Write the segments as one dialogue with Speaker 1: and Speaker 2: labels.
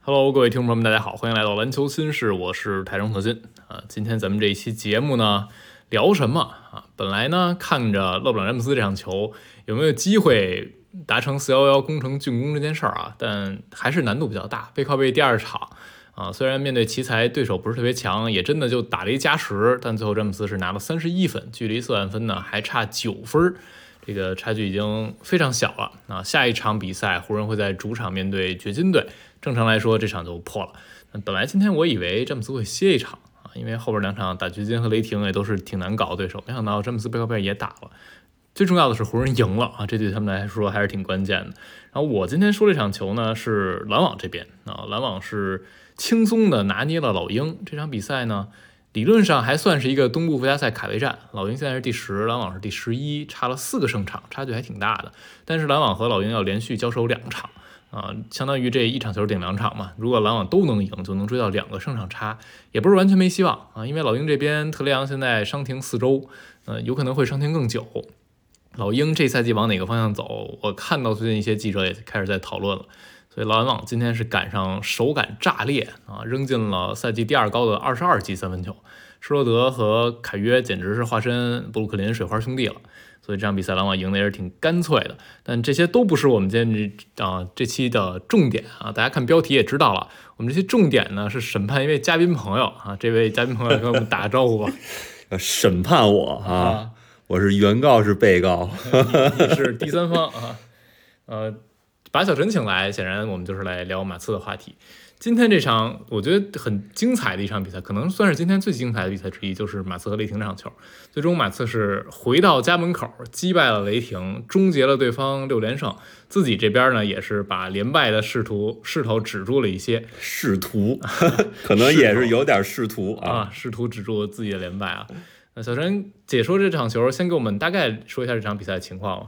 Speaker 1: Hello，各位听众朋友们，大家好，欢迎来到篮球新事，我是台中特金啊。今天咱们这一期节目呢，聊什么啊？本来呢，看着勒布朗詹姆斯这场球有没有机会达成四幺幺攻城进攻这件事儿啊，但还是难度比较大。背靠背第二场啊，虽然面对奇才对手不是特别强，也真的就打了一加时，但最后詹姆斯是拿了三十一分，距离四万分呢还差九分儿。这个差距已经非常小了啊！下一场比赛，湖人会在主场面对掘金队。正常来说，这场就破了。那本来今天我以为詹姆斯会歇一场啊，因为后边两场打掘金和雷霆也都是挺难搞的对手，没想到詹姆斯背靠背也打了。最重要的是湖人赢了啊，这对他们来说还是挺关键的。然后我今天说这场球呢是篮网这边啊，篮网是轻松的拿捏了老鹰这场比赛呢。理论上还算是一个东部附加赛卡位战，老鹰现在是第十，篮网是第十一，差了四个胜场，差距还挺大的。但是篮网和老鹰要连续交手两场啊、相当于这一场球顶两场嘛。如果篮网都能赢，就能追到两个胜场差，也不是完全没希望啊。因为老鹰这边特雷杨现在伤停四周，呃，有可能会伤停更久。老鹰这赛季往哪个方向走？我看到最近一些记者也开始在讨论了。所以篮网今天是赶上手感炸裂啊，扔进了赛季第二高的二十二记三分球。施罗德和凯约简直是化身布鲁克林水花兄弟了。所以这场比赛篮网赢的也是挺干脆的。但这些都不是我们今天这啊、这期的重点啊，大家看标题也知道了。我们这期重点呢是审判一位嘉宾朋友啊，这位嘉宾朋友跟我们打个招呼吧。
Speaker 2: 呃审判我啊，我是原告是被告，
Speaker 1: 你是第三方啊。呃，把小陈请来，显然我们就是来聊马刺的话题。今天这场我觉得很精彩的一场比赛，可能算是今天最精彩的比赛之一，就是马刺和雷霆这场球。最终马刺是回到家门口击败了雷霆，终结了对方六连胜，自己这边呢也是把连败的仕途势头止住了一些。
Speaker 2: 试 图，可能也是有点试图啊。
Speaker 1: 啊，试图止住自己的连败啊。那小陈解说这场球，先给我们大概说一下这场比赛的情况吧。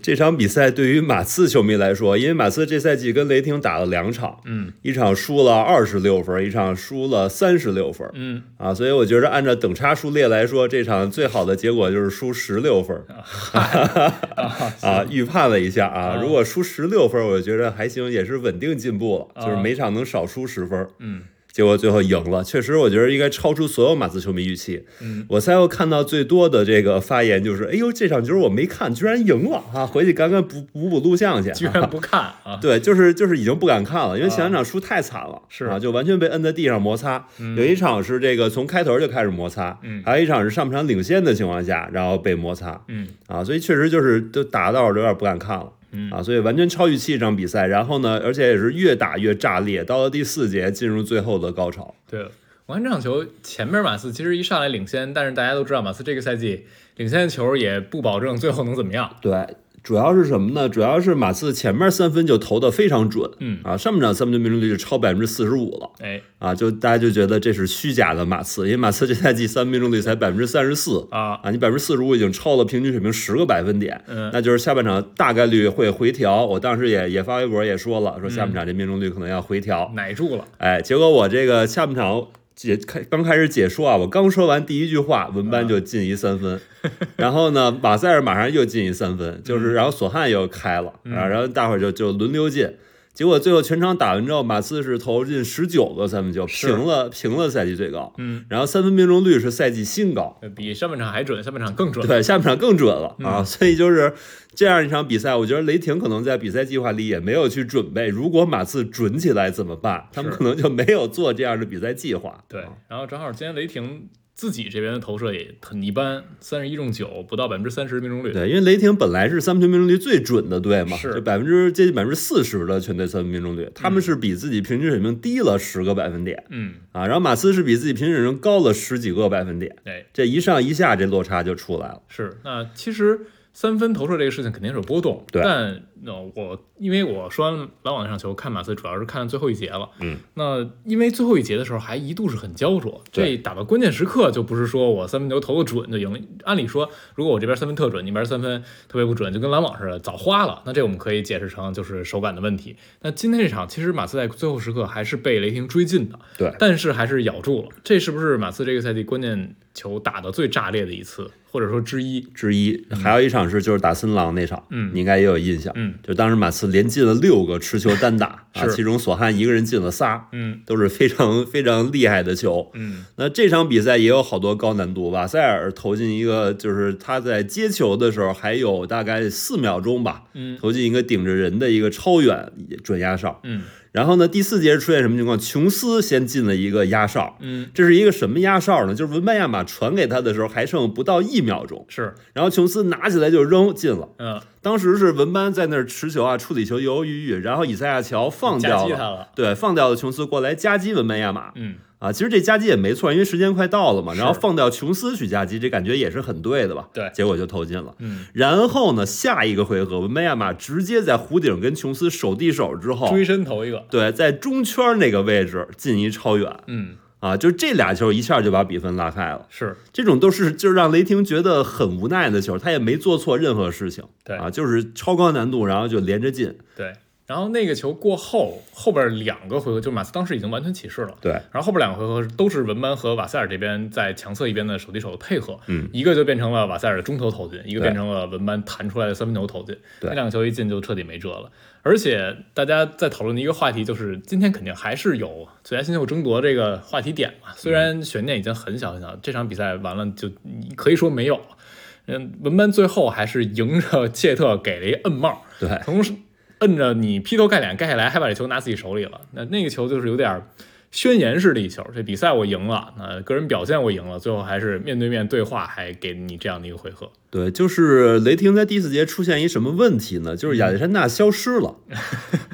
Speaker 2: 这场比赛对于马刺球迷来说，因为马刺这赛季跟雷霆打了两场，
Speaker 1: 嗯，
Speaker 2: 一场输了二十六分，一场输了三十六分
Speaker 1: 嗯，
Speaker 2: 啊，所以我觉得按照等差数列来说，这场最好的结果就是输十六分 啊，预判了一下啊，如果输十六分，我觉得还行，也是稳定进步了，就是每场能少输十分，
Speaker 1: 嗯，
Speaker 2: 结果最后赢了，确实我觉得应该超出所有马刺球迷预期。
Speaker 1: 嗯，
Speaker 2: 我赛后看到最多的这个发言就是，哎呦，这场球我没看，居然赢了啊，回去赶紧补补补录像去。
Speaker 1: 居然不看啊。
Speaker 2: 对，就是就是已经不敢看了，因为前两场输太惨了，
Speaker 1: 是
Speaker 2: 啊，就完全被摁在地上摩擦。有一场是这个从开头就开始摩擦，
Speaker 1: 嗯
Speaker 2: 还有一场是上半场领先的情况下，然后被摩擦
Speaker 1: 嗯，
Speaker 2: 啊，所以确实就是都打到有点不敢看了。
Speaker 1: 嗯
Speaker 2: 啊，所以完全超预期这场比赛，然后呢，而且也是越打越炸裂，到了第四节进入最后的高潮。
Speaker 1: 对，我看这场球前面马刺其实一上来领先，但是大家都知道马刺这个赛季领先的球也不保证最后能怎么样。
Speaker 2: 对，主要是什么呢？主要是马刺前面三分就投的非常准，
Speaker 1: 嗯
Speaker 2: 啊，上半场三分球命中率就超百分之四十五了。
Speaker 1: 哎
Speaker 2: 啊，就大家就觉得这是虚假的马刺，因为马刺这赛季三分命中率才百分之三十四
Speaker 1: 啊，
Speaker 2: 啊，你百分之四十五已经超了平均水平十个百分点，
Speaker 1: 嗯
Speaker 2: 那就是下半场大概率会回调。我当时也也发微博也说了，说下半场这命中率可能要回调。
Speaker 1: 奶住了，
Speaker 2: 哎，结果我这个下半场解开刚开始解说啊，我刚说完第一句话，文班就进一三 分，然后呢，马塞尔马上又进一三
Speaker 1: 嗯
Speaker 2: 分，就是然后索汉又开了，然后然后大伙儿就就轮流进。结果最后全场打完之后，马刺是投进十九个三分球，
Speaker 1: 是
Speaker 2: 平了平了赛季最高，
Speaker 1: 嗯，
Speaker 2: 然后三分命中率是赛季新高，
Speaker 1: 比上半场还准，下半场更准。嗯
Speaker 2: 对，下半场更准了啊！所以就是这样一场比赛，我觉得雷霆可能在比赛计划里也没有去准备，如果马刺准起来怎么办？他们
Speaker 1: 是
Speaker 2: 可能就没有做这样的比赛计划。啊
Speaker 1: 对，然后正好今天雷霆自己这边的投射也很一般，三十一中九，不到百分之三十命中率。
Speaker 2: 对，因为雷霆本来是三分球命中率最准的队嘛，
Speaker 1: 是
Speaker 2: 就百分之接近百分之四十的全队三分命中率，他们是比自己平均水平低了十个百分点
Speaker 1: 嗯，
Speaker 2: 啊，然后马刺是比自己平均水平高了十几个百分点，
Speaker 1: 哎，
Speaker 2: 这一上一下这落差就出来了。
Speaker 1: 是。那其实三分投射这个事情肯定是有波动，
Speaker 2: 对
Speaker 1: 但那、我因为我说完篮网那场球看马刺，主要是看最后一节了。
Speaker 2: 嗯，
Speaker 1: 那因为最后一节的时候还一度是很焦灼，这
Speaker 2: 对
Speaker 1: 打到关键时刻就不是说我三分球投的准就赢了。按理说，如果我这边三分特准，你那边三分特别不准，就跟篮网似的早花了。那这我们可以解释成就是手感的问题。那今天这场其实马刺在最后时刻还是被雷霆追进的，
Speaker 2: 对
Speaker 1: 但是还是咬住了。这是不是马刺这个赛季关键球打得最炸裂的一次？或者说之一。
Speaker 2: 之一，还有一场是就是打森狼那场，
Speaker 1: 嗯
Speaker 2: 你应该也有印象，
Speaker 1: 嗯，
Speaker 2: 就当时马刺连进了六个持球单 打啊，
Speaker 1: 是
Speaker 2: 其中索汉一个人进了仨，
Speaker 1: 嗯
Speaker 2: 都是非常 非常厉害的球。
Speaker 1: 嗯
Speaker 2: 那这场比赛也有好多高难度，瓦塞尔投进一个，就是他在接球的时候还有大概四秒钟吧，
Speaker 1: 嗯
Speaker 2: 投进一个顶着人的一个超远准压哨。
Speaker 1: 嗯
Speaker 2: 然后呢，第四节出现什么情况？琼斯先进了一个压哨，
Speaker 1: 嗯，
Speaker 2: 这是一个什么压哨呢？就是文班亚马传给他的时候还剩不到一秒钟，
Speaker 1: 是，
Speaker 2: 然后琼斯拿起来就扔进了。
Speaker 1: 嗯，
Speaker 2: 当时是文班在那儿持球啊，处理球犹犹豫豫，然后以赛亚乔放
Speaker 1: 夹
Speaker 2: 掉
Speaker 1: 击
Speaker 2: 了，
Speaker 1: 他了。
Speaker 2: 对，放掉了琼斯过来夹击文班亚马。
Speaker 1: 嗯
Speaker 2: 啊，其实这夹击也没错，因为时间快到了嘛，
Speaker 1: 是
Speaker 2: 然后放掉琼斯去夹击，这感觉也是很对的吧？
Speaker 1: 对
Speaker 2: 结果就投进了。
Speaker 1: 嗯，
Speaker 2: 然后呢，下一个回合，文班亚马直接在弧顶跟琼斯手递手之后，
Speaker 1: 追身投一个。
Speaker 2: 对，在中圈那个位置进一超远
Speaker 1: 嗯，
Speaker 2: 啊，就这俩球一下就把比分拉开了。
Speaker 1: 是，
Speaker 2: 这种都是就是让雷霆觉得很无奈的球，他也没做错任何事情，
Speaker 1: 对
Speaker 2: 啊，就是超高难度，然后就连着进，
Speaker 1: 对。然后那个球过后，后边两个回合，就是马刺当时已经完全起势了。
Speaker 2: 对，
Speaker 1: 然后后边两个回合都是文班和瓦塞尔这边在强侧一边的手递手的配合，
Speaker 2: 嗯，
Speaker 1: 一个就变成了瓦塞尔的中投投进，一个
Speaker 2: 对
Speaker 1: 变成了文班弹出来的三分球投进，
Speaker 2: 对
Speaker 1: 那两个球一进就彻底没辙了。而且大家在讨论的一个话题就是，今天肯定还是有最佳新秀争夺这个话题点嘛，
Speaker 2: 嗯
Speaker 1: 虽然悬念已经很小很小，这场比赛完了就你可以说没有了。嗯，文班最后还是迎着切特给了一摁帽，
Speaker 2: 对，
Speaker 1: 同时摁着你劈头盖脸盖下来，还把这球拿自己手里了。那那个球就是有点儿宣言式的一球，这比赛我赢了，那个人表现我赢了，最后还是面对面对话，还给你这样的一个回合。
Speaker 2: 对，就是雷霆在第四节出现一什么问题呢？就是亚历山大消失了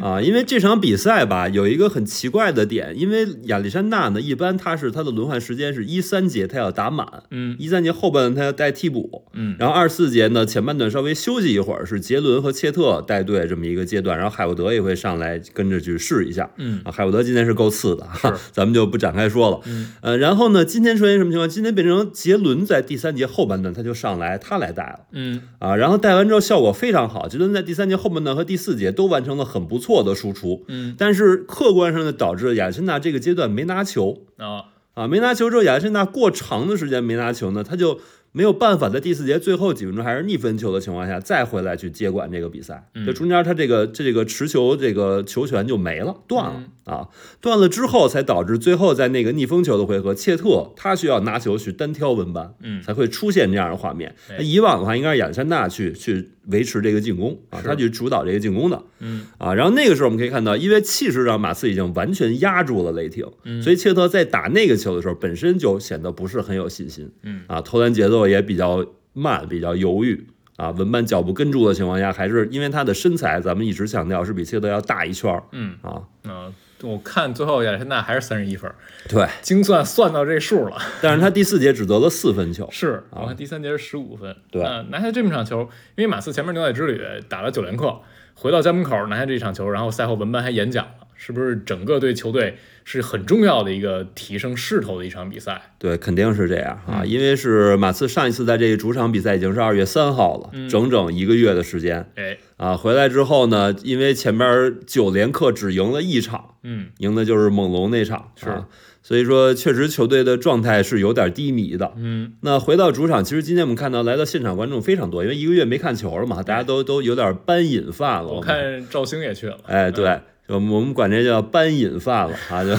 Speaker 2: 啊，因为这场比赛吧，有一个很奇怪的点，因为亚历山大呢，一般他是他的轮换时间是一三节他要打满，
Speaker 1: 嗯
Speaker 2: 一三节后半段他要带替补，
Speaker 1: 嗯，
Speaker 2: 然后二四节呢前半段稍微休息一会儿，是杰伦和切特带队这么一个阶段，然后海沃德也会上来跟着去试一下，
Speaker 1: 嗯
Speaker 2: 啊，海沃德今天是够次的，哈，咱们就不展开说了。
Speaker 1: 嗯，
Speaker 2: 呃，然后呢，今天出现什么情况？今天变成杰伦在第三节后半段他就上来，他来带了
Speaker 1: 嗯
Speaker 2: 啊，然后带完之后效果非常好，杰伦在第三节后半段和第四节都完成了很不错的输出，
Speaker 1: 嗯
Speaker 2: 但是客观上呢，导致亚历山大这个阶段没拿球
Speaker 1: 啊
Speaker 2: 啊，没拿球之后，亚历山大过长的时间没拿球呢，他就。没有办法，在第四节最后几分钟还是逆分球的情况下，再回来去接管这个比赛，
Speaker 1: 嗯
Speaker 2: 就中间他这个这个持球这个球权就没了，断了
Speaker 1: 嗯
Speaker 2: 啊，断了之后才导致最后在那个逆风球的回合，切特他需要拿球去单挑文班，
Speaker 1: 嗯
Speaker 2: 才会出现这样的画面。
Speaker 1: 对
Speaker 2: 那以往的话，应该是亚历山大去去维持这个进攻啊，
Speaker 1: 是
Speaker 2: 他去主导这个进攻的
Speaker 1: 嗯
Speaker 2: 啊。然后那个时候我们可以看到，因为气势上马刺已经完全压住了雷霆，
Speaker 1: 嗯
Speaker 2: 所以切特在打那个球的时候，本身就显得不是很有信心，
Speaker 1: 嗯
Speaker 2: 啊，投篮节奏也比较慢，比较犹豫。啊，文班脚步跟住的情况下，还是因为他的身材，咱们一直强调是比切特要大一圈儿
Speaker 1: 嗯
Speaker 2: 啊。
Speaker 1: 啊！我看最后亚历山大还是三十一分，
Speaker 2: 对，
Speaker 1: 精算算到这数了。
Speaker 2: 但是他第四节只得了四分球，
Speaker 1: 是，我看第三节是十五分，
Speaker 2: 对
Speaker 1: 那拿下这么场球，因为马刺前面牛仔之旅打了九连克，回到家门口拿下这一场球，然后赛后文班还演讲了，是不是整个对球队是很重要的一个提升势头的一场比赛？
Speaker 2: 对，肯定是这样啊，
Speaker 1: 嗯
Speaker 2: 因为是马刺上一次在这个主场比赛已经是二月三号了，
Speaker 1: 嗯
Speaker 2: 整整一个月的时间
Speaker 1: 哎，
Speaker 2: 啊。回来之后呢，因为前边九连克只赢了一场，
Speaker 1: 嗯，
Speaker 2: 赢的就是猛龙那场，
Speaker 1: 是
Speaker 2: 啊，所以说确实球队的状态是有点低迷的。
Speaker 1: 嗯，
Speaker 2: 那回到主场，其实今天我们看到来到现场观众非常多，因为一个月没看球了嘛，大家都都有点班瘾犯了。
Speaker 1: 我
Speaker 2: 我们
Speaker 1: 看呃赵兴也去了，
Speaker 2: 哎，对，我们我们管这叫班瘾犯了 啊，就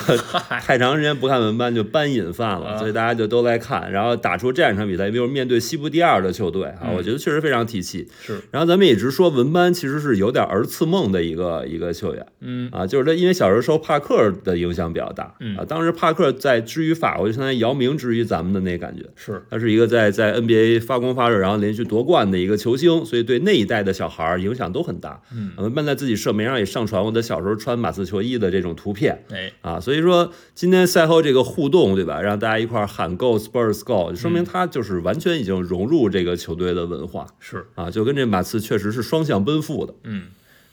Speaker 2: 太长时间不看文班就班瘾犯
Speaker 1: 啊
Speaker 2: 了，所以大家就都来看，然后打出这样一场比赛，又是面对西部第二的球队啊，
Speaker 1: 嗯
Speaker 2: 我觉得确实非常提气。
Speaker 1: 是，
Speaker 2: 然后咱们也一直说文班其实是有点儿次梦的一个一个球员
Speaker 1: 嗯
Speaker 2: 啊，就是他因为小时候受帕克的影响比较大
Speaker 1: 嗯
Speaker 2: 啊，当时帕克在之于法国，就相当于姚明之于咱们的那感觉。
Speaker 1: 是，
Speaker 2: 他是一个在在 NBA 发光发热，然后连续夺冠的一个球星，所以对那一代的小孩儿影响都很大。
Speaker 1: 嗯
Speaker 2: 我们班在自己社媒上也上传过他小时候穿马刺球衣的这种图片
Speaker 1: 哎，
Speaker 2: 啊，所以说今天赛后这个互动，对吧？让大家一块儿喊 “Go Spurs Go”，
Speaker 1: 嗯
Speaker 2: 说明他就是完全已经融入这个球队的文化
Speaker 1: 是，
Speaker 2: 啊，就跟这马刺确实是双向奔赴的。
Speaker 1: 嗯。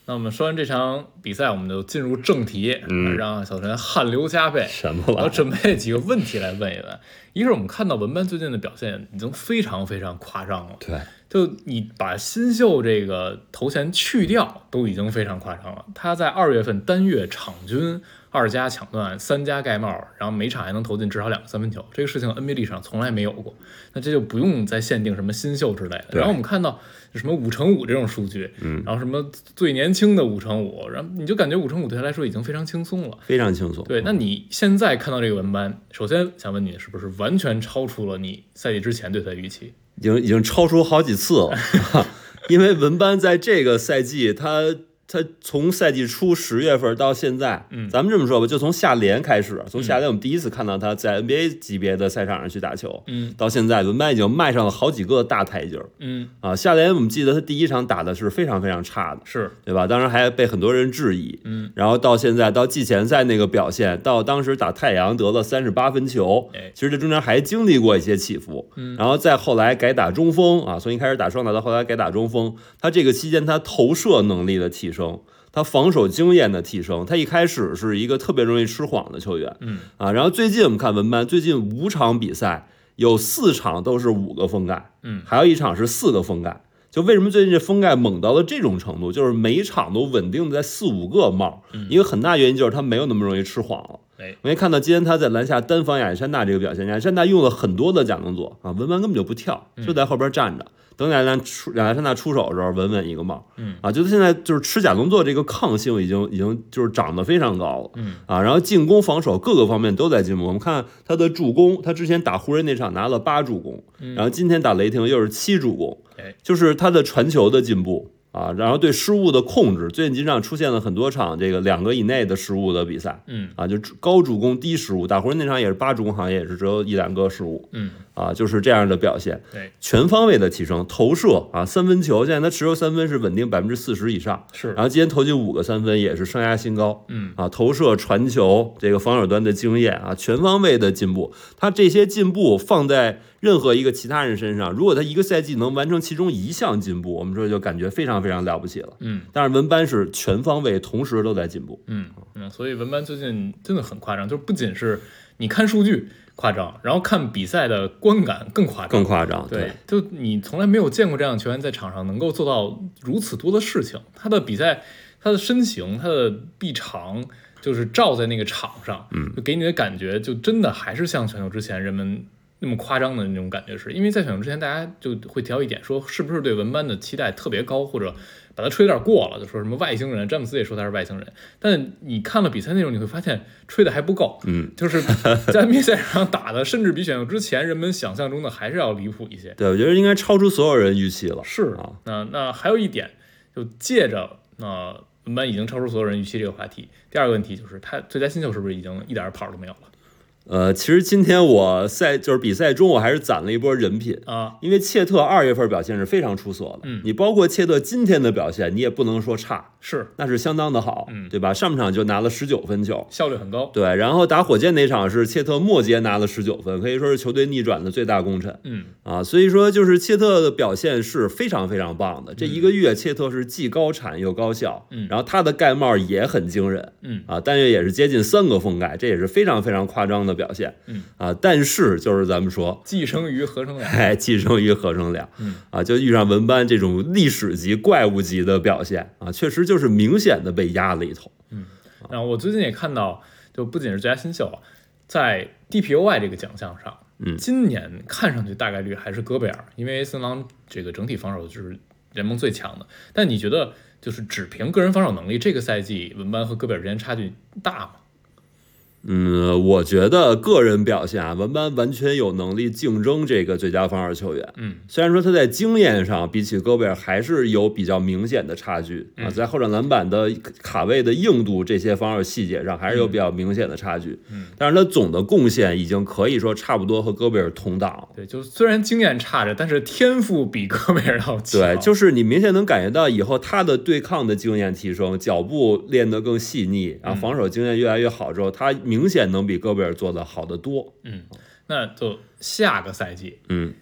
Speaker 1: 那我们说完这场比赛，我们就进入正题，
Speaker 2: 嗯
Speaker 1: 让小陈汗流浃背。
Speaker 2: 什么
Speaker 1: 我准备了几个问题来问一问。一是我们看到文班最近的表现已经非常非常夸张了，
Speaker 2: 对，
Speaker 1: 就你把新秀这个头衔去掉，都已经非常夸张了。他在二月份单月场均二家抢断，三家盖帽，然后每场还能投进至少两个三分球，这个事情 NBA 历史上从来没有过。那这就不用再限定什么新秀之类的。
Speaker 2: 对
Speaker 1: 然后我们看到就什么五乘五这种数据，嗯，然后什么最年轻的五乘五，然后你就感觉五乘五对他来说已经非常轻松了。
Speaker 2: 非常轻松。
Speaker 1: 对，那你现在看到这个文班，首先想问你是不是完全超出了你赛季之前对他的预期？
Speaker 2: 已经已经超出好几次 了，因为文班在这个赛季，他他从赛季初十月份到现在，
Speaker 1: 嗯
Speaker 2: 咱们这么说吧，就从夏联开始，从夏联我们第一次看到他在 NBA 级别的赛场上去打球，
Speaker 1: 嗯
Speaker 2: 到现在文班已经迈上了好几个大台阶儿
Speaker 1: 嗯，
Speaker 2: 啊。夏联我们记得他第一场打的是非常非常差的，
Speaker 1: 是，
Speaker 2: 对吧？当然还被很多人质疑，
Speaker 1: 嗯，
Speaker 2: 然后到现在到季前赛那个表现，到当时打太阳得了三十八分球
Speaker 1: 哎，
Speaker 2: 其实这中间还经历过一些起伏，
Speaker 1: 嗯
Speaker 2: 然后再后来改打中锋啊，从一开始打双打到后来改打中锋，他这个期间他投射能力的提升。他防守经验的提升，他一开始是一个特别容易吃晃的球员，
Speaker 1: 嗯
Speaker 2: 啊，然后最近我们看文班，最近五场比赛有四场都是五个封盖，
Speaker 1: 嗯
Speaker 2: 还有一场是四个封盖。就为什么最近这封盖猛到了这种程度，就是每一场都稳定的在四五个帽，一个很大原因就是他没有那么容易吃晃了。
Speaker 1: 嗯哎，
Speaker 2: 我们也看到今天他在篮下单防亚历山大这个表现，亚历山大用了很多的假动作啊，文班根本就不跳，
Speaker 1: 嗯
Speaker 2: 就在后边站着。等亚历山大出亚历山大出手的时候，稳稳一个帽，
Speaker 1: 嗯
Speaker 2: 啊，就是现在就是吃假动作这个抗性已经已经就是长得非常高了，
Speaker 1: 嗯
Speaker 2: 啊，然后进攻防守各个方面都在进步。我们看他的助攻，他之前打湖人那场拿了八助攻，然后今天打雷霆又是七助攻，
Speaker 1: 嗯哎
Speaker 2: 就是他的传球的进步啊，然后对失误的控制，最近几场出现了很多场这个两个以内的失误的比赛，
Speaker 1: 嗯
Speaker 2: 啊，就高助攻低失误，打湖人那场也是八助攻，好像也是只有一两个失误
Speaker 1: 嗯，
Speaker 2: 啊，就是这样的表现，
Speaker 1: 对，
Speaker 2: 全方位的提升，投射啊，三分球现在他持球三分是稳定百分之四十以上，
Speaker 1: 是
Speaker 2: 然，后今天投进五个三分也是生涯新高，
Speaker 1: 嗯
Speaker 2: 啊，投射、传球，这个防守端的经验啊，全方位的进步，他这些进步放在任何一个其他人身上，如果他一个赛季能完成其中一项进步，我们说就感觉非常非常了不起了。
Speaker 1: 嗯。
Speaker 2: 但是文班是全方位同时都在进步，
Speaker 1: 嗯嗯，所以文班最近真的很夸张，就不仅是你看数据夸张，然后看比赛的观感更夸张。
Speaker 2: 更夸张。
Speaker 1: 对，就你从来没有见过这样的球员在场上能够做到如此多的事情。他的比赛，他的身形，他的臂长，就是照在那个场上，嗯，就给你的感觉，就真的还是像选秀之前人们那么夸张的那种感觉是。因为在选秀之前，大家就会提到一点，说是不是对文班的期待特别高，或者把他吹有点过了，就说什么外星人，詹姆斯也说他是外星人。但你看了比赛内容，你会发现吹的还不够，
Speaker 2: 嗯，
Speaker 1: 就是在 NBA 赛场上打的，甚至比选秀之前人们想象中的还是要离谱一些。
Speaker 2: 对，我觉得应该超出所有人预期了。
Speaker 1: 是
Speaker 2: 啊，
Speaker 1: 那那还有一点，就借着那文班已经超出所有人预期这个话题，第二个问题就是他最佳新秀是不是已经一点跑都没有了
Speaker 2: 呃，其实今天我赛就是比赛中，我还是攒了一波人品，
Speaker 1: 啊？
Speaker 2: 因为切特二月份表现是非常出色的。
Speaker 1: 嗯
Speaker 2: 你包括切特今天的表现，你也不能说差，
Speaker 1: 是
Speaker 2: 那是相当的好，
Speaker 1: 嗯
Speaker 2: 对吧？上半场就拿了十九分球。
Speaker 1: 效率很高，
Speaker 2: 对，然后打火箭那场是切特末节拿了十九分，可以说是球队逆转的最大功臣
Speaker 1: 嗯
Speaker 2: 啊！所以说，就是切特的表现是非常非常棒的。这一个月，切特是既高产又高效，
Speaker 1: 嗯
Speaker 2: 然后他的盖帽也很惊人，
Speaker 1: 嗯
Speaker 2: 啊，但是也是接近三个封盖，这也是非常非常夸张的表现。
Speaker 1: 嗯
Speaker 2: 啊，但是就是咱们说，
Speaker 1: 既生瑜何生亮，
Speaker 2: 哎，寄生于合成量，
Speaker 1: 嗯
Speaker 2: 啊，就遇上文班这种历史级、怪物级的表现啊，确实就是明显的被压了一头。
Speaker 1: 然后我最近也看到，就不仅是最佳新秀啊，在 DPOY 这个奖项上，
Speaker 2: 嗯
Speaker 1: 今年看上去大概率还是戈贝尔，因为森林狼这个整体防守就是联盟最强的。但你觉得，就是只凭个人防守能力，这个赛季文班和戈贝尔之间差距大吗？
Speaker 2: 嗯，我觉得个人表现啊，文班完全有能力竞争这个最佳防守球员。
Speaker 1: 嗯，
Speaker 2: 虽然说他在经验上比起戈贝尔还是有比较明显的差距啊，在后场篮板的卡位的硬度这些防守细节上还是有比较明显的差距。
Speaker 1: 嗯，
Speaker 2: 但是他总的贡献已经可以说差不多和戈贝尔同档了。
Speaker 1: 对，就虽然经验差着，但是天赋比戈贝尔要强。
Speaker 2: 对，就是啊你明显能感觉到以后他的对抗的经验提升，脚步练得更细腻，然后防守经验越来越好之后，他明显能比戈贝尔做的好得多。
Speaker 1: 那就下个赛季，
Speaker 2: 嗯，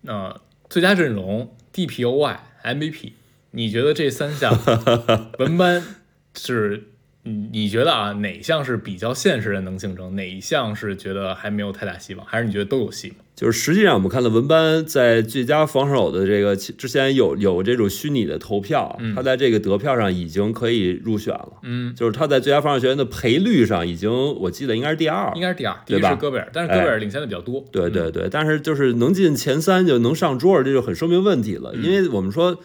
Speaker 1: 那、最佳阵容、DPOY、MVP，你觉得这三项文班是你你觉得啊，哪项是比较现实的能竞争？哪一项是觉得还没有太大希望？还是你觉得都有戏？
Speaker 2: 就是实际上我们看到文班在最佳防守的这个其之前有有这种虚拟的投票，他在这个得票上已经可以入选了，
Speaker 1: 嗯，
Speaker 2: 就是他在最佳防守球员的赔率上已经我记得应该是第二
Speaker 1: 应，该是第二，第一
Speaker 2: 对吧
Speaker 1: 是戈贝尔，但是戈贝尔领先的比较多。
Speaker 2: 对对对，但是就是能进前三就能上桌，这就很说明问题
Speaker 1: 嗯
Speaker 2: 了。因为我们说，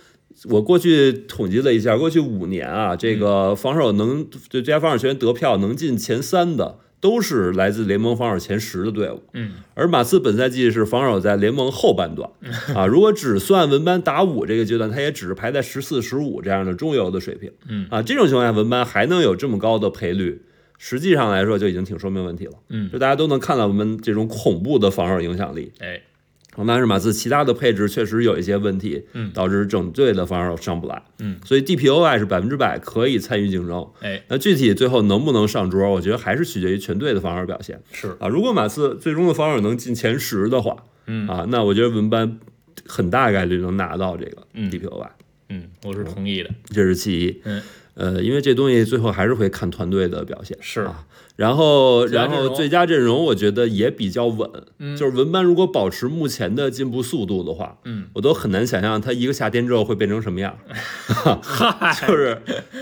Speaker 2: 我过去统计了一下，过去五年啊，
Speaker 1: 嗯
Speaker 2: 这个防守能就最佳防守球员得票能进前三的，都是来自联盟防守前十的队伍。
Speaker 1: 嗯，
Speaker 2: 而马刺本赛季是防守在联盟后半段
Speaker 1: 嗯
Speaker 2: 啊，如果只算文班打五这个阶段，他也只是排在十四、十五这样的中游的水平。
Speaker 1: 嗯
Speaker 2: 啊，这种情况下，文班还能有这么高的赔率，实际上来说就已经挺说明问题了。
Speaker 1: 嗯
Speaker 2: 就大家都能看到我们这种恐怖的防守影响力。
Speaker 1: 哎，
Speaker 2: 但是马刺其他的配置确实有一些问题，
Speaker 1: 嗯
Speaker 2: 导致整队的防守上不来，
Speaker 1: 嗯，
Speaker 2: 所以 DPOY 是百分之百可以参与竞争。
Speaker 1: 哎，
Speaker 2: 那具体最后能不能上桌，我觉得还是取决于全队的防守表现。
Speaker 1: 是，
Speaker 2: 啊，如果马刺最终的防守能进前十的话，
Speaker 1: 嗯
Speaker 2: 啊，那我觉得文班很大概率能拿到这个
Speaker 1: 嗯
Speaker 2: DPOY，、
Speaker 1: 嗯，我是同意的。
Speaker 2: 这是其一。
Speaker 1: 嗯，
Speaker 2: 呃，因为这东西最后还是会看团队的表现。
Speaker 1: 是
Speaker 2: 啊，然后
Speaker 1: 最佳
Speaker 2: 然
Speaker 1: 阵容
Speaker 2: 后最佳阵容我觉得也比较稳，
Speaker 1: 嗯
Speaker 2: 就是文班如果保持目前的进步速度的话，
Speaker 1: 嗯，
Speaker 2: 我都很难想象他一个夏天之后会变成什么样， 就是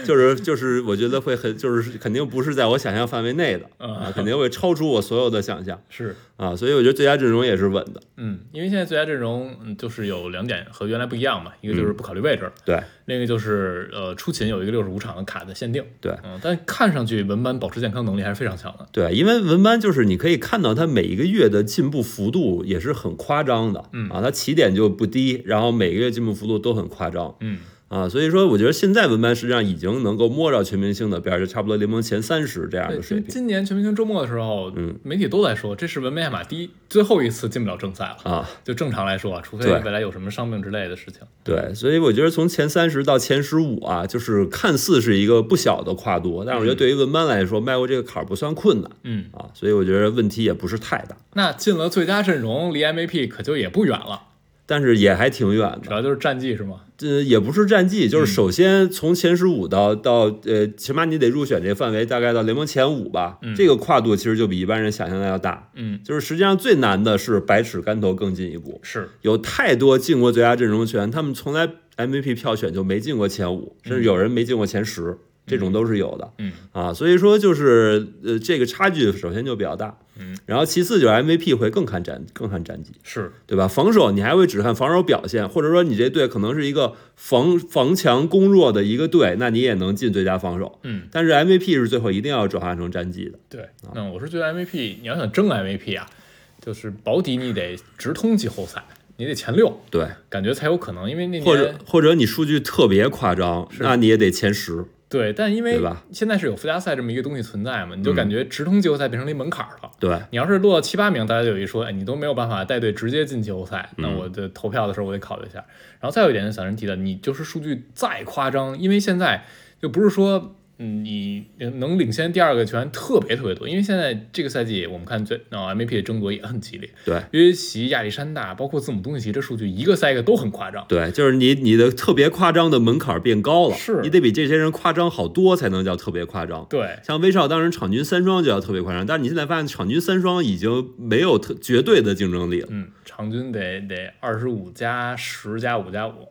Speaker 2: 就是就是我觉得会很就是肯定不是在我想象范围内的。啊，
Speaker 1: 嗯，
Speaker 2: 肯定会超出我所有的想象
Speaker 1: 是，
Speaker 2: 啊，所以我觉得最佳阵容也是稳的。
Speaker 1: 嗯，因为现在最佳阵容嗯就是有两点和原来不一样嘛，一个就是不考虑位置，
Speaker 2: 对
Speaker 1: 另一个就是呃出勤有一个六十五场的卡的限定。
Speaker 2: 对
Speaker 1: 嗯，但看上去文班保持健康能力还是非常强的。
Speaker 2: 对，因为文班就是你可以看到他每一个月的进步幅度也是很夸张的，
Speaker 1: 嗯
Speaker 2: 啊，他起点就不低，然后每个月进步幅度都很夸张
Speaker 1: 嗯
Speaker 2: 啊，所以说我觉得现在文班实际上已经能够摸着全明星的边儿，就差不多联盟前三十这样
Speaker 1: 对，嗯
Speaker 2: 的水
Speaker 1: 今
Speaker 2: 平
Speaker 1: 今年全明星周末的时候，
Speaker 2: 嗯
Speaker 1: 媒体都在说这是文贝亚马第一最后一次进不了正赛了。
Speaker 2: 啊，
Speaker 1: 就正常来说啊，除非
Speaker 2: 对
Speaker 1: 未来有什么伤病之类的事情。
Speaker 2: 对，所以我觉得从前三十到前十五啊，就是看似是一个不小的跨度，但是我觉得对于文班来说，迈过这个坎儿不算困难
Speaker 1: 嗯，
Speaker 2: 啊，所以我觉得问题也不是太大，
Speaker 1: 那进了最佳阵容，离 MVP 可就也不远了，
Speaker 2: 但是也还挺远的
Speaker 1: 主。要就是战绩是吗？
Speaker 2: 呃，也不是战绩，就是首先从前十五到到呃，起码你得入选这范围，大概到联盟前五吧。这个跨度其实就比一般人想象的要大。
Speaker 1: 嗯，
Speaker 2: 就是实际上最难的是百尺竿头更进一步，
Speaker 1: 是，
Speaker 2: 有太多进过最佳阵容球员，他们从来 MVP 票选就没进过前五，甚至有人没进过前十，这种都是有的。
Speaker 1: 嗯
Speaker 2: 啊，所以说就是呃，这个差距首先就比较大。
Speaker 1: 嗯，
Speaker 2: 然后其次就是 MVP 会更看战，更看战绩。
Speaker 1: 是，
Speaker 2: 对吧？防守你还会只看防守表现，或者说你这队可能是一个防防强攻弱的一个队，那你也能进最佳防守。
Speaker 1: 嗯，
Speaker 2: 但是 MVP 是最后一定要转化成战绩的。
Speaker 1: 对。
Speaker 2: 啊
Speaker 1: 那我是觉得 MVP，你要想争 MVP 啊，就是保底你得直通季后赛，你得前六，
Speaker 2: 对，
Speaker 1: 感觉才有可能。因为那年
Speaker 2: 或者或者你数据特别夸张，那你也得前十。
Speaker 1: 对，但因为
Speaker 2: 对吧嗯
Speaker 1: 现在是有附加赛这么一个东西存在嘛，你就感觉直通季后赛变成了一门槛儿了。
Speaker 2: 对
Speaker 1: 你要是落到七八名，大家就有一说，哎，你都没有办法带队直接进季后赛，
Speaker 2: 嗯
Speaker 1: 那我的投票的时候我得考虑一下。然后再有一点，小陈提的，你就是数据再夸张，因为现在就不是说。嗯，你能领先第二个球员特别特别多，因为现在这个赛季我们看最啊、MVP 的争夺也很激烈，
Speaker 2: 对
Speaker 1: 约奇、亚历山大，包括字母东契奇，这数据一个赛一个都很夸张。
Speaker 2: 对，就是你你的特别夸张的门槛变高了，
Speaker 1: 是
Speaker 2: 你得比这些人夸张好多才能叫特别夸张。
Speaker 1: 对，
Speaker 2: 像威少当时场均三双就要特别夸张，但是你现在发现场均三双已经没有特绝对的竞争力了。
Speaker 1: 嗯，场均得得二十五加十加五加 五，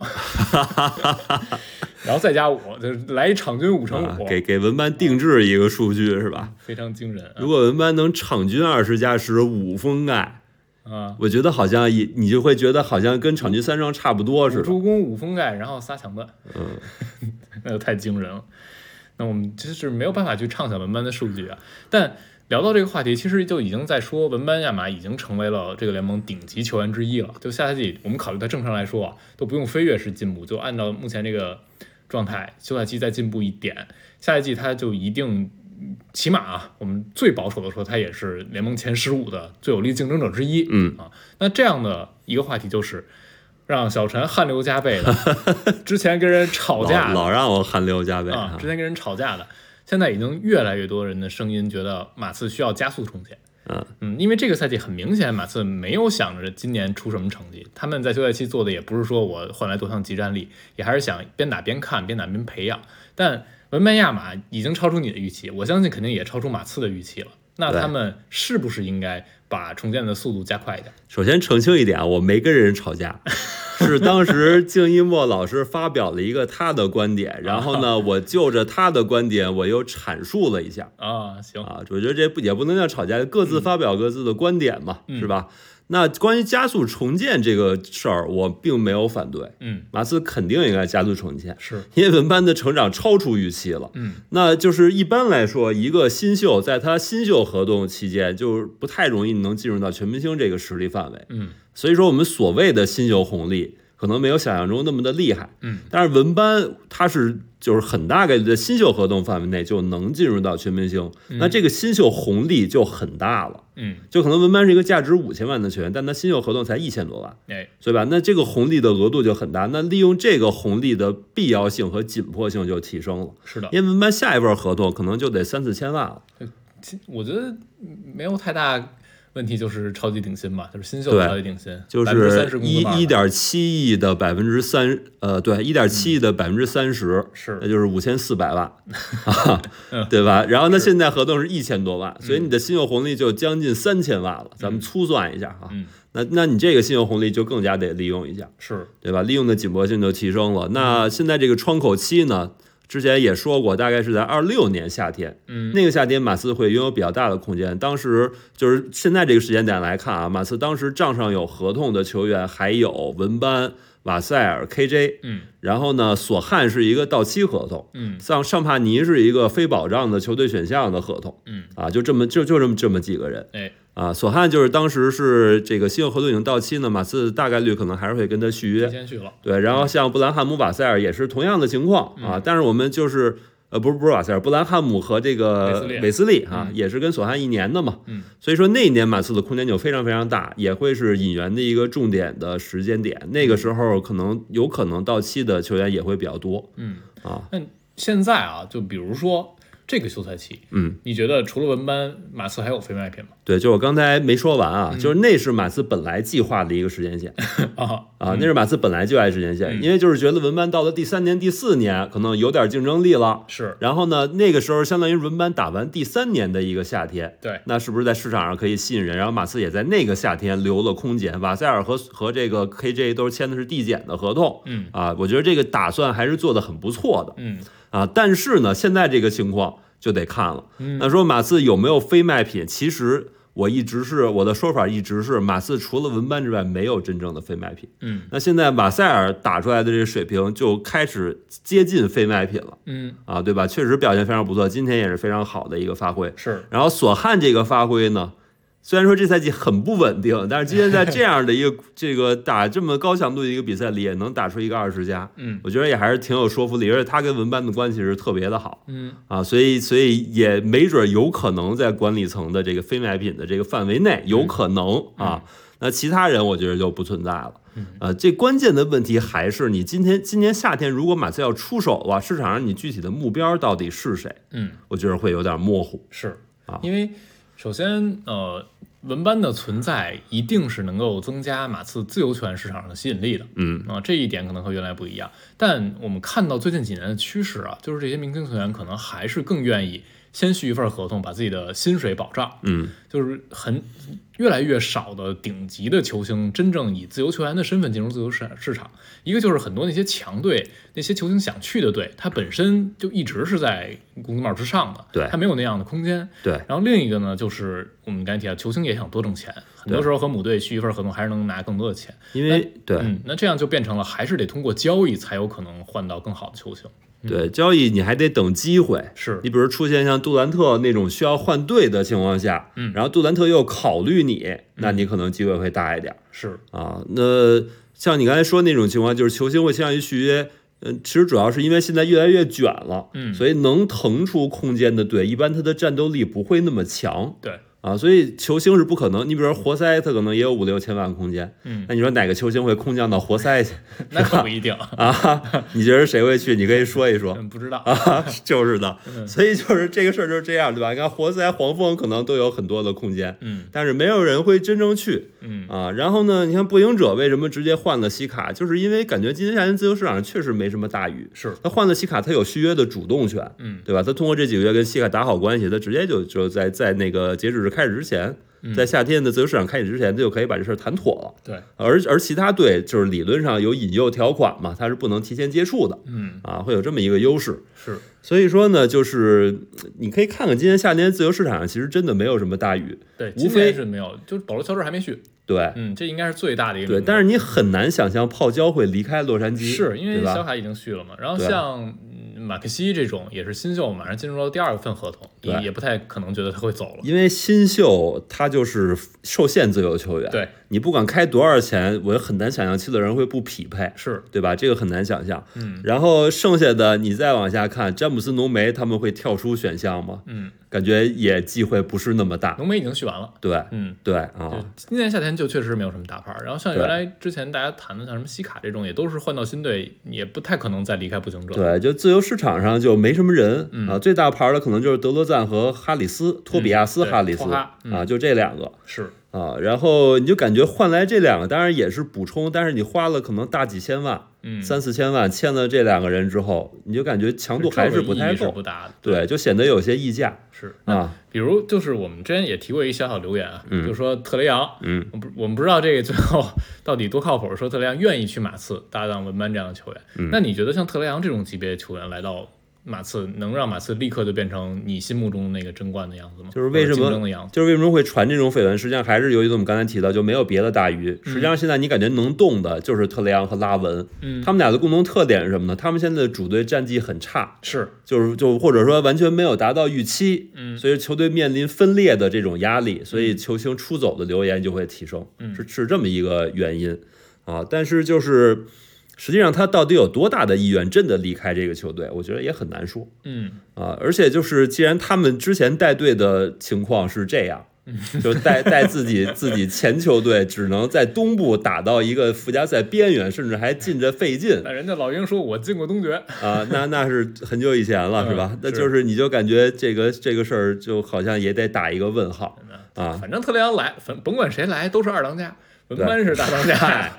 Speaker 1: 然后再加五，就是来一场均五乘
Speaker 2: 啊
Speaker 1: 五，，
Speaker 2: 给给文班定制一个数据是吧？
Speaker 1: 非常惊人啊
Speaker 2: 如果文班能场均二十加十五封盖，
Speaker 1: 啊！
Speaker 2: 我觉得好像也你就会觉得好像跟场均三双差不多
Speaker 1: 五
Speaker 2: 似的。
Speaker 1: 助攻、五封盖，然后仨抢断，嗯， 那就太惊人了。那我们就是没有办法去畅想文班的数据啊。但聊到这个话题，其实就已经在说文班亚马已经成为了这个联盟顶级球员之一了。就下赛季，我们考虑它正常来说啊，都不用飞跃式进步，就按照目前这个状态，休赛期再进步一点，下赛季他就一定。起码啊，我们最保守的说，他也是联盟前十五的最有力竞争者之一。
Speaker 2: 嗯
Speaker 1: 啊，那这样的一个话题就是，让小陈汗流浃背的， 之前跟人吵
Speaker 2: 老
Speaker 1: 架的
Speaker 2: 老让我汗流浃背
Speaker 1: 啊，
Speaker 2: 啊
Speaker 1: 之！前跟人吵架的，现在已经越来越多人的声音觉得马刺需要加速冲线。
Speaker 2: 嗯
Speaker 1: 因为这个赛季很明显，马刺没有想着今年出什么成绩，他们在休赛期做的也不是说我换来多项集战力，也还是想边打边看，边打边培养。但文班亚马已经超出你的预期，我相信肯定也超出马刺的预期了。那
Speaker 2: 对
Speaker 1: 他们是不是应该把重建的速度加快一点？
Speaker 2: 首先澄清一点啊，我没跟人吵架， 是当时静一墨老师发表了一个他的观点，然后呢，我就着他的观点，我又阐述了一下
Speaker 1: 啊，行，
Speaker 2: 啊，我觉得这不也不能叫吵架，各自发表各自的观点嘛，是吧？那关于加速重建这个事儿，我并没有反对，
Speaker 1: 嗯，
Speaker 2: 马刺肯定应该加速重建，
Speaker 1: 是，
Speaker 2: 因为文班的成长超出预期了。
Speaker 1: 嗯，
Speaker 2: 那就是一般来说，一个新秀在他新秀合同期间，就不太容易能进入到全明星这个实力范围。
Speaker 1: 嗯，
Speaker 2: 所以说我们所谓的新秀红利，可能没有想象中那么的厉害。
Speaker 1: 嗯，
Speaker 2: 但是文班他是就是很大概率在新秀合同范围内就能进入到全明星，那这个新秀红利就很大了。
Speaker 1: 嗯，
Speaker 2: 就可能文班是一个价值五千万的球员，但他新秀合同才一千多万。
Speaker 1: 哎，
Speaker 2: 对吧？那这个红利的额度就很大，那利用这个红利的必要性和紧迫性就提升了。
Speaker 1: 是的，
Speaker 2: 因为文班下一份合同可能就得三四千万了，
Speaker 1: 其我觉得没有太大问题，就是超级顶薪吧，就是新秀
Speaker 2: 对
Speaker 1: 超级顶薪，
Speaker 2: 就
Speaker 1: 三十
Speaker 2: 是
Speaker 1: 工
Speaker 2: 一
Speaker 1: 资帽
Speaker 2: 一点七亿的百分之三，呃，对，一点七亿的百分之三十，
Speaker 1: 是
Speaker 2: 那就是五千四 百万，啊，
Speaker 1: 嗯
Speaker 2: 对吧？然后呢，现在合同是一千多万，所以你的新秀红利就将近三千万了，咱们粗算一下啊，
Speaker 1: 嗯
Speaker 2: 那那你这个新秀红利就更加得利用一下，
Speaker 1: 是，
Speaker 2: 对吧？利用的紧迫性就提升了。那
Speaker 1: 嗯
Speaker 2: 现在这个窗口期呢，之前也说过，大概是在二六年夏天，
Speaker 1: 嗯，
Speaker 2: 那个夏天马刺会拥有比较大的空间。当时就是现在这个时间点来看啊，马刺当时账上有合同的球员还有文班、瓦塞尔、KJ，
Speaker 1: 嗯
Speaker 2: 然后呢，索汉是一个到期合同。
Speaker 1: 嗯
Speaker 2: 像尚帕尼是一个非保障的球队选项的合同
Speaker 1: 嗯，
Speaker 2: 啊，就这么就就这么这么几个人
Speaker 1: 哎，
Speaker 2: 啊。索汉就是当时是这个新秀合同已经到期呢，马刺大概率可能还是会跟他续约
Speaker 1: 提。前去了，
Speaker 2: 对，然后像布兰汉姆、瓦塞尔也是同样的情况啊，
Speaker 1: 嗯
Speaker 2: 但是我们就是呃，不是不是瓦塞尔，布兰汉姆和这
Speaker 1: 韦斯
Speaker 2: 个
Speaker 1: 利
Speaker 2: 韦斯利啊，
Speaker 1: 嗯
Speaker 2: 也是跟索汉一年的嘛，
Speaker 1: 嗯，
Speaker 2: 所以说那一年马刺的空间就非常非常大，也会是引援的一个重点的时间点，那个时候可能有可能到期的球员也会比较多，
Speaker 1: 嗯
Speaker 2: 啊，
Speaker 1: 那现在啊，就比如说这个休赛期，
Speaker 2: 嗯，
Speaker 1: 你觉得除了文班，马刺还有非卖品吗？
Speaker 2: 对，就我刚才没说完啊，就是那是马刺本来计划的一个时间线
Speaker 1: 啊，
Speaker 2: 啊，那是马刺本来就爱时间线，因为就是觉得文班到了第三年、第四年可能有点竞争力了。
Speaker 1: 是
Speaker 2: 然后呢，那个时候相当于文班打完第三年的一个夏天，
Speaker 1: 对，
Speaker 2: 那是不是在市场上可以吸引人？然后马刺也在那个夏天留了空间，瓦塞尔和和这个 KJ 都是签的是递减的合同
Speaker 1: 嗯
Speaker 2: 啊，我觉得这个打算还是做得很不错的
Speaker 1: 嗯
Speaker 2: 啊。但是呢，现在这个情况就得看了。
Speaker 1: 嗯
Speaker 2: 那说马刺有没有非卖品？其实我一直是我的说法一直是，马刺除了文班之外，没有真正的非卖品。
Speaker 1: 嗯
Speaker 2: 那现在瓦塞尔打出来的这个水平就开始接近非卖品了。
Speaker 1: 嗯，
Speaker 2: 啊，对吧？确实表现非常不错，今天也是非常好的一个发挥。
Speaker 1: 是
Speaker 2: 然后索汉这个发挥呢，虽然说这赛季很不稳定，但是今 天在这样的一个这个打这么高强度的一个比赛里，也能打出一个二十加，
Speaker 1: 嗯，
Speaker 2: 我觉得也还是挺有说服力，而且他跟文班的关系是特别的好
Speaker 1: 嗯
Speaker 2: 啊，所以所以也没准有可能在管理层的这个非卖品的这个范围
Speaker 1: 嗯
Speaker 2: 内，有可能啊。那其他人我觉得就不存在了，
Speaker 1: 嗯
Speaker 2: 呃，这关键的问题还是你今天今年夏天如果马刺要出手啊，市场上你具体的目标到底是谁？
Speaker 1: 嗯
Speaker 2: 我觉得会有点模糊。
Speaker 1: 是
Speaker 2: 啊，
Speaker 1: 因为首先呃，文班的存在一定是能够增加马刺自由权市场上的吸引力的。
Speaker 2: 嗯
Speaker 1: 啊，这一点可能和原来不一样。但我们看到最近几年的趋势啊，就是这些明星球员可能还是更愿意先续一份合同，把自己的薪水保障。
Speaker 2: 嗯，
Speaker 1: 就是很越来越少的顶级的球星真正以自由球员的身份进入自由市市场。一个就是很多那些强队，那些球星想去的队，它本身就一直是在工资帽之上的，
Speaker 2: 对
Speaker 1: 它没有那样的空间。
Speaker 2: 对，
Speaker 1: 然后另一个呢，就是我们刚才提到，球星也想多挣钱，很多
Speaker 2: 对
Speaker 1: 时候和母队续一份合同还是能拿更多的钱。
Speaker 2: 因为对
Speaker 1: 嗯，那这样就变成了还是得通过交易才有可能换到更好的球星。
Speaker 2: 对交易你还得等机会。
Speaker 1: 嗯是
Speaker 2: 你比如出现像杜兰特那种需要换队的情况下，
Speaker 1: 嗯
Speaker 2: 然后杜兰特又考虑你，那你可能机会会大一点
Speaker 1: 是，
Speaker 2: 啊。那像你刚才说那种情况，就是球星会倾向于续约，嗯，其实主要是因为现在越来越卷了，
Speaker 1: 嗯
Speaker 2: 所以能腾出空间的队，一般他的战斗力不会那么强
Speaker 1: 对，
Speaker 2: 啊，所以球星是不可能。你比如说活塞，他可能也有五六千万空间，
Speaker 1: 嗯
Speaker 2: 那你说哪个球星会空降到活塞去
Speaker 1: 那可不一定，
Speaker 2: 啊？你觉得谁会去？你可以说一说。
Speaker 1: 嗯， 不知道，
Speaker 2: 啊， 就是的，
Speaker 1: 嗯
Speaker 2: 所以就是这个事儿就是这样，对吧？你看活塞、黄蜂可能都有很多的空间，
Speaker 1: 嗯
Speaker 2: 但是没有人会真正去
Speaker 1: 嗯
Speaker 2: 啊。然后呢，你看步行者为什么直接换了西卡，就是因为感觉今年夏天自由市场上确实没什么大鱼，
Speaker 1: 是，
Speaker 2: 他换了西卡，他有续约的主动权，
Speaker 1: 嗯
Speaker 2: 对吧？他通过这几个月跟西卡打好关系，他直接就就在在那个截止日开始之前，
Speaker 1: 嗯
Speaker 2: 在夏天的自由市场开始之前，他就可以把这事儿谈妥了。
Speaker 1: 对，
Speaker 2: 而而其他队就是理论上有引诱条款嘛，他是不能提前接触的
Speaker 1: 嗯
Speaker 2: 啊，会有这么一个优势。
Speaker 1: 是，
Speaker 2: 所以说呢，就是嗯你可以看看今年夏天自由市场上其实真的没有什么大鱼，
Speaker 1: 对，
Speaker 2: 无
Speaker 1: 今
Speaker 2: 非
Speaker 1: 年是没有，就是保罗乔治还没续，
Speaker 2: 对
Speaker 1: 嗯，这应该是最大的一个
Speaker 2: 对，
Speaker 1: 名额
Speaker 2: 但是你很难想象泡椒会离开洛杉矶，
Speaker 1: 是因为
Speaker 2: 对
Speaker 1: 小
Speaker 2: 吧？
Speaker 1: 卡已经续了嘛，然后
Speaker 2: 对啊
Speaker 1: 像嗯马克西这种也是新秀，马上进入到第二份合同，
Speaker 2: 对
Speaker 1: 也也不太可能觉得他会走了。
Speaker 2: 因为新秀他就是受限自由球员，
Speaker 1: 对，
Speaker 2: 你不管开多少钱，我很难想象七六人会不匹配，
Speaker 1: 是，
Speaker 2: 对吧？这个很难想象。
Speaker 1: 嗯
Speaker 2: 然后剩下的你再往下看，詹姆斯、浓眉他们会跳出选项吗？
Speaker 1: 嗯，
Speaker 2: 感觉也机会不是那么大。
Speaker 1: 浓眉已经续完了，
Speaker 2: 对
Speaker 1: 嗯。
Speaker 2: 对
Speaker 1: 就
Speaker 2: 啊，
Speaker 1: 今年夏天就确实没有什么大牌儿，然后像
Speaker 2: 对
Speaker 1: 原来之前大家谈的像什么西卡这种，也都是换到新队，也不太可能再离开步行者。
Speaker 2: 对，就自由市场上就没什么人
Speaker 1: 嗯
Speaker 2: 啊。最大牌的可能就是德罗赞和哈里斯、托比亚斯·
Speaker 1: 对
Speaker 2: 哈里斯
Speaker 1: 托哈嗯
Speaker 2: 啊，就这两个
Speaker 1: 是，
Speaker 2: 啊。然后你就感觉换来这两个，当然也是补充，但是你花了可能大几千万、
Speaker 1: 嗯，
Speaker 2: 三四千万签了这两个人之后，你就感觉强度还是不
Speaker 1: 这
Speaker 2: 太
Speaker 1: 个意义是
Speaker 2: 够
Speaker 1: 不，嗯大的。
Speaker 2: 对，就显得有些溢价
Speaker 1: 是，
Speaker 2: 啊。
Speaker 1: 比如就是我们之前也提过一小小留言啊，
Speaker 2: 嗯
Speaker 1: 就说特雷杨，
Speaker 2: 嗯，
Speaker 1: 我不我们不知道这个最后 到底多靠谱，说特雷杨愿意去马刺搭档文班这样的球员，
Speaker 2: 嗯
Speaker 1: 那你觉得像特雷杨这种级别的球员来到马刺，能让马刺立刻就变成你心目中的那个争冠的样子吗？
Speaker 2: 就是为什么
Speaker 1: 或者竞争的样子？
Speaker 2: 就是为什么会传这种绯闻，实际上还是由于我们刚才提到，就没有别的大鱼。实际上现在你感觉能动的就是特雷杨和拉文，
Speaker 1: 嗯，
Speaker 2: 他们俩的共同特点是什么呢？他们现在的主队战绩很差，
Speaker 1: 是，
Speaker 2: 就是就或者说完全没有达到预期，
Speaker 1: 嗯
Speaker 2: 所以球队面临分裂的这种压力，所以球星出走的流言就会提升，
Speaker 1: 嗯
Speaker 2: 是是这么一个原因啊。但是就是实际上他到底有多大的意愿真的离开这个球队，我觉得也很难说。
Speaker 1: 嗯，
Speaker 2: 啊，而且就是，既然他们之前带队的情况是这样，就带带自己自己前球队只能在东部打到一个附加赛边缘，甚至还进着 费劲
Speaker 1: 那人家老鹰说我进过东决，
Speaker 2: 啊，那那是很久以前了，是吧
Speaker 1: 嗯？
Speaker 2: 那
Speaker 1: 是
Speaker 2: 就是你就感觉这个这个事儿就好像也得打一个问号啊。
Speaker 1: 反正特雷杨来，反甭管谁来都是二当家，文班是大当 家，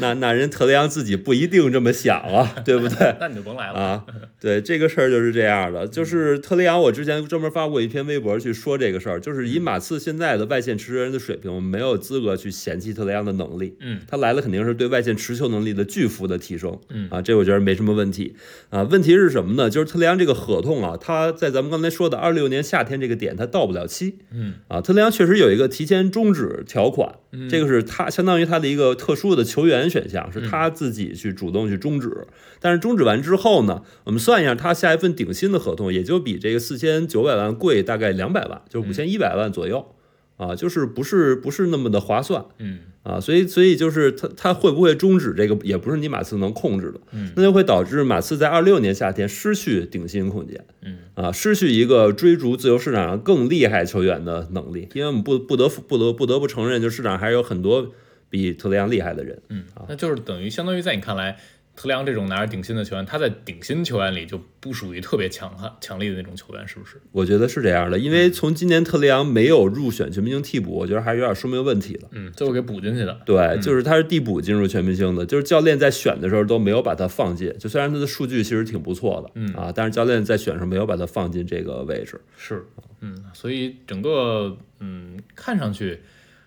Speaker 2: 那那人特雷杨自己不一定这么想啊，对不对？
Speaker 1: 那你就甭来了。
Speaker 2: 啊，对这个事儿就是这样的，
Speaker 1: 嗯
Speaker 2: 就是特雷杨，我之前专门发过一篇微博去说这个事儿，就是
Speaker 1: 嗯
Speaker 2: 以马刺现在的外线持球人的水平，我们没有资格去嫌弃特雷杨的能力。
Speaker 1: 嗯
Speaker 2: 他来了肯定是对外线持球能力的巨幅的提升，
Speaker 1: 嗯
Speaker 2: 啊，这我觉得没什么问题啊。问题是什么呢？就是特雷杨这个合同啊，他在咱们刚才说的二六年夏天这个点，他到不了期
Speaker 1: 嗯
Speaker 2: 啊。特雷杨确实有一个提前终止条款，
Speaker 1: 嗯，
Speaker 2: 这个是他相当于他的一个特殊的球员选项，是他自己去主动去终止。但是终止完之后呢，我们算一下，他下一份顶薪的合同也就比这个四千九百万贵大概两百万，就是五千一百万左右啊，就是不是不是那么的划算
Speaker 1: 嗯
Speaker 2: 啊。所以所以就是他他会不会终止这个也不是你马刺能控制的，
Speaker 1: 嗯
Speaker 2: 那就会导致马刺在二六年夏天失去顶薪空间。
Speaker 1: 嗯
Speaker 2: 啊，失去一个追逐自由市场上更厉害球员的能力，因为我们不不得不不得不得不承认，就市场还有很多比特雷杨厉害的人。
Speaker 1: 嗯，那就是等于相当于在你看来，特雷杨这种拿着顶薪的球员，他在顶薪球员里就不属于特别强悍、强力的那种球员，是不是？
Speaker 2: 我觉得是这样的，
Speaker 1: 嗯
Speaker 2: 因为从今年特雷杨没有入选全明星替补，我觉得还是有点说明问题的。
Speaker 1: 嗯，最后给补进去的。
Speaker 2: 对，就是他是替补进入全明星的，就是教练在选的时候都没有把他放进。就虽然他的数据其实挺不错的，
Speaker 1: 嗯
Speaker 2: 啊，但是教练在选上没有把他放进这个位置。
Speaker 1: 是，嗯，所以整个嗯，看上去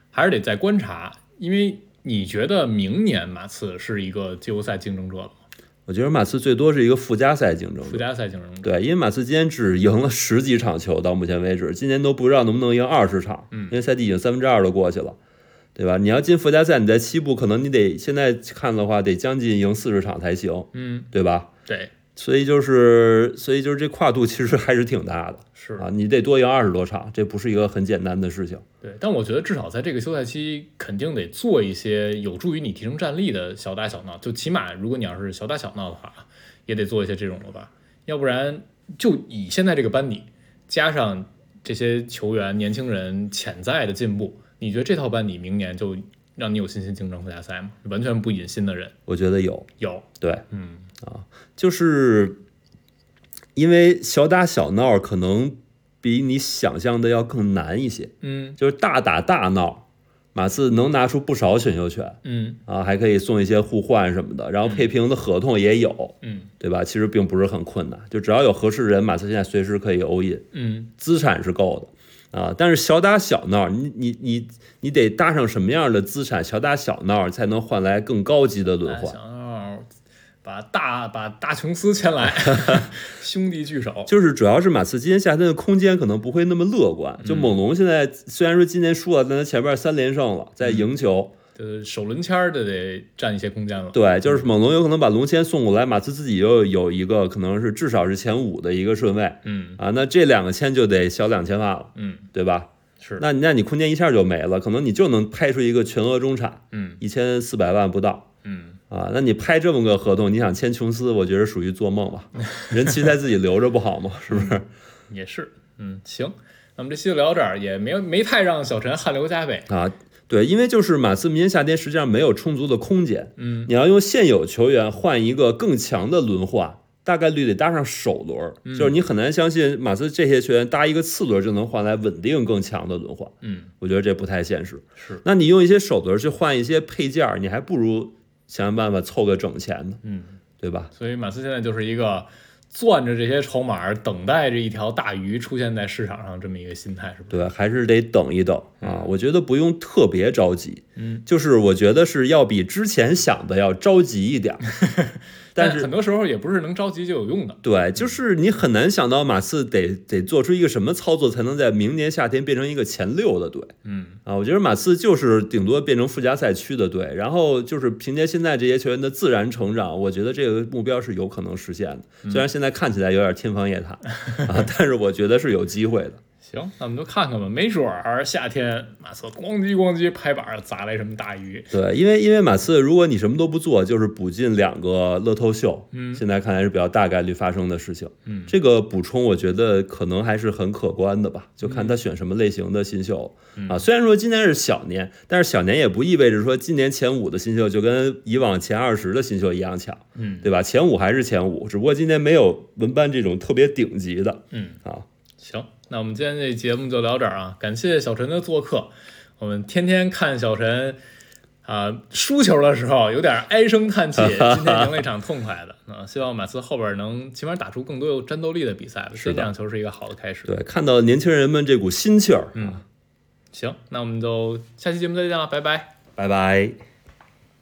Speaker 1: 还是得再观察，因为你觉得明年马刺是一个季后赛竞争者了吗？
Speaker 2: 我觉得马刺最多是一个附加赛竞争
Speaker 1: 附
Speaker 2: 者，
Speaker 1: 加赛竞争者？
Speaker 2: 对，因为马刺今年只赢了十几场球，到目前为止，今年都不知道能不能赢二十场，
Speaker 1: 嗯
Speaker 2: 因为赛季已经三分之二都过去了，对吧？你要进附加赛，你在西部可能你得现在看的话，得将近赢四十场才行，
Speaker 1: 嗯，
Speaker 2: 对吧？
Speaker 1: 对，
Speaker 2: 所以就是，所以就是这跨度其实还是挺大的
Speaker 1: 是
Speaker 2: 啊，你得多赢二十多场，这不是一个很简单的事情。
Speaker 1: 对，但我觉得至少在这个休赛期，肯定得做一些有助于你提升战力的小打小闹。就起码，如果你要是小打小闹的话，也得做一些这种了吧，要不然就以现在这个班底，加上这些球员年轻人潜在的进步，你觉得这套班底明年就让你有信心竞争附加赛吗？完全不引新的人
Speaker 2: 我觉得有，
Speaker 1: 有，
Speaker 2: 对，
Speaker 1: 嗯
Speaker 2: 就是因为小打小闹可能比你想象的要更难一些，
Speaker 1: 嗯
Speaker 2: 就是大打大闹，马刺能拿出不少选秀权
Speaker 1: 嗯
Speaker 2: 啊，还可以送一些互换什么的，然后配平的合同也有，
Speaker 1: 嗯
Speaker 2: 对吧？其实并不是很困难，就只要有合适人，马刺现在随时可以 all in，
Speaker 1: 嗯
Speaker 2: 资产是够的啊。但是小打小闹，你你你你得搭上什么样的资产，小打小闹才能换来更高级的轮
Speaker 1: 哎
Speaker 2: 换。
Speaker 1: 想要把大把大琼斯签来， 兄弟聚首，
Speaker 2: 就是主要是马刺今年夏天的空间可能不会那么乐观。
Speaker 1: 嗯
Speaker 2: 就猛龙现在虽然说今年输了，但他前面三连胜
Speaker 1: 嗯
Speaker 2: 了，在赢球。
Speaker 1: 就是首轮签儿就得占一些空间了。
Speaker 2: 对，就是猛龙有可能把龙签送过来，马刺自己又有一个可能是至少是前五的一个顺位
Speaker 1: 嗯
Speaker 2: 啊。那这两个签就得小两千万了，
Speaker 1: 嗯
Speaker 2: 对吧？
Speaker 1: 是，
Speaker 2: 那那你空间一下就没了，可能你就能拍出一个全额中产，
Speaker 1: 嗯
Speaker 2: 一千四百万不到。
Speaker 1: 嗯
Speaker 2: 啊，那你拍这么个合同，你想签琼斯，我觉得属于做 梦吧。人奇才自己留着不好吗？是不是？
Speaker 1: 也是，嗯行，那么这期就聊到这儿，也没有没太让小陈汗流浃背。
Speaker 2: 啊，对，因为就是马刺明年夏天实际上没有充足的空间，
Speaker 1: 嗯
Speaker 2: 你要用现有球员换一个更强的轮换，大概率得搭上首轮儿，
Speaker 1: 嗯
Speaker 2: 就是你很难相信马刺这些球员搭一个次轮就能换来稳定更强的轮换，
Speaker 1: 嗯
Speaker 2: 我觉得这不太现实。
Speaker 1: 是，
Speaker 2: 那你用一些首轮去换一些配件儿，你还不如想想办法凑个整钱呢，
Speaker 1: 嗯。
Speaker 2: 对吧？
Speaker 1: 所以马刺现在就是一个攥着这些筹码儿，等待着一条大鱼出现在市场上这么一个心态，是不是？
Speaker 2: 对，还是得等一等啊。我觉得不用特别着急，
Speaker 1: 嗯，
Speaker 2: 就是我觉得是要比之前想的要着急 一点儿，但是
Speaker 1: 很嗯多时候也不是能着急就有用的。
Speaker 2: 对，就是你很难想到马刺得得做出一个什么操作，才能在明年夏天变成一个前六的队
Speaker 1: 嗯
Speaker 2: 啊！我觉得马刺就是顶多变成附加赛区的队，然后就是凭借现在这些球员的自然成长，我觉得这个目标是有可能实现的。
Speaker 1: 嗯
Speaker 2: 虽然现在看起来有点天方夜谭 啊，但是我觉得是有机会的。
Speaker 1: 行，那我们就看看吧，没准儿啊夏天马刺咣叽咣叽拍板儿砸来什么大鱼。
Speaker 2: 对，因为因为马刺，如果你什么都不做，就是补进两个乐透秀，嗯，现在看来是比较大概率发生的事情。
Speaker 1: 嗯
Speaker 2: 这个补充我觉得可能还是很可观的吧，就看他选什么类型的新秀、啊。虽然说今年是小年，但是小年也不意味着说今年前五的新秀就跟以往前二十的新秀一样强，
Speaker 1: 嗯，
Speaker 2: 对吧？前五还是前五，只不过今年没有文班这种特别顶级的
Speaker 1: 嗯，
Speaker 2: 啊。
Speaker 1: 行，那我们今天这节目就聊这儿啊，感谢小陈的做客，我们天天看小陈。啊、输球的时候有点唉声叹气，今天赢了一场痛快的啊、希望马刺后边儿能起码打出更多有战斗力的比赛吧。
Speaker 2: 是的
Speaker 1: 这两球是一个好的开始。
Speaker 2: 对，看到年轻人们这股新气儿，
Speaker 1: 嗯，行，那我们就下期节目再见了，拜拜。
Speaker 2: 拜拜。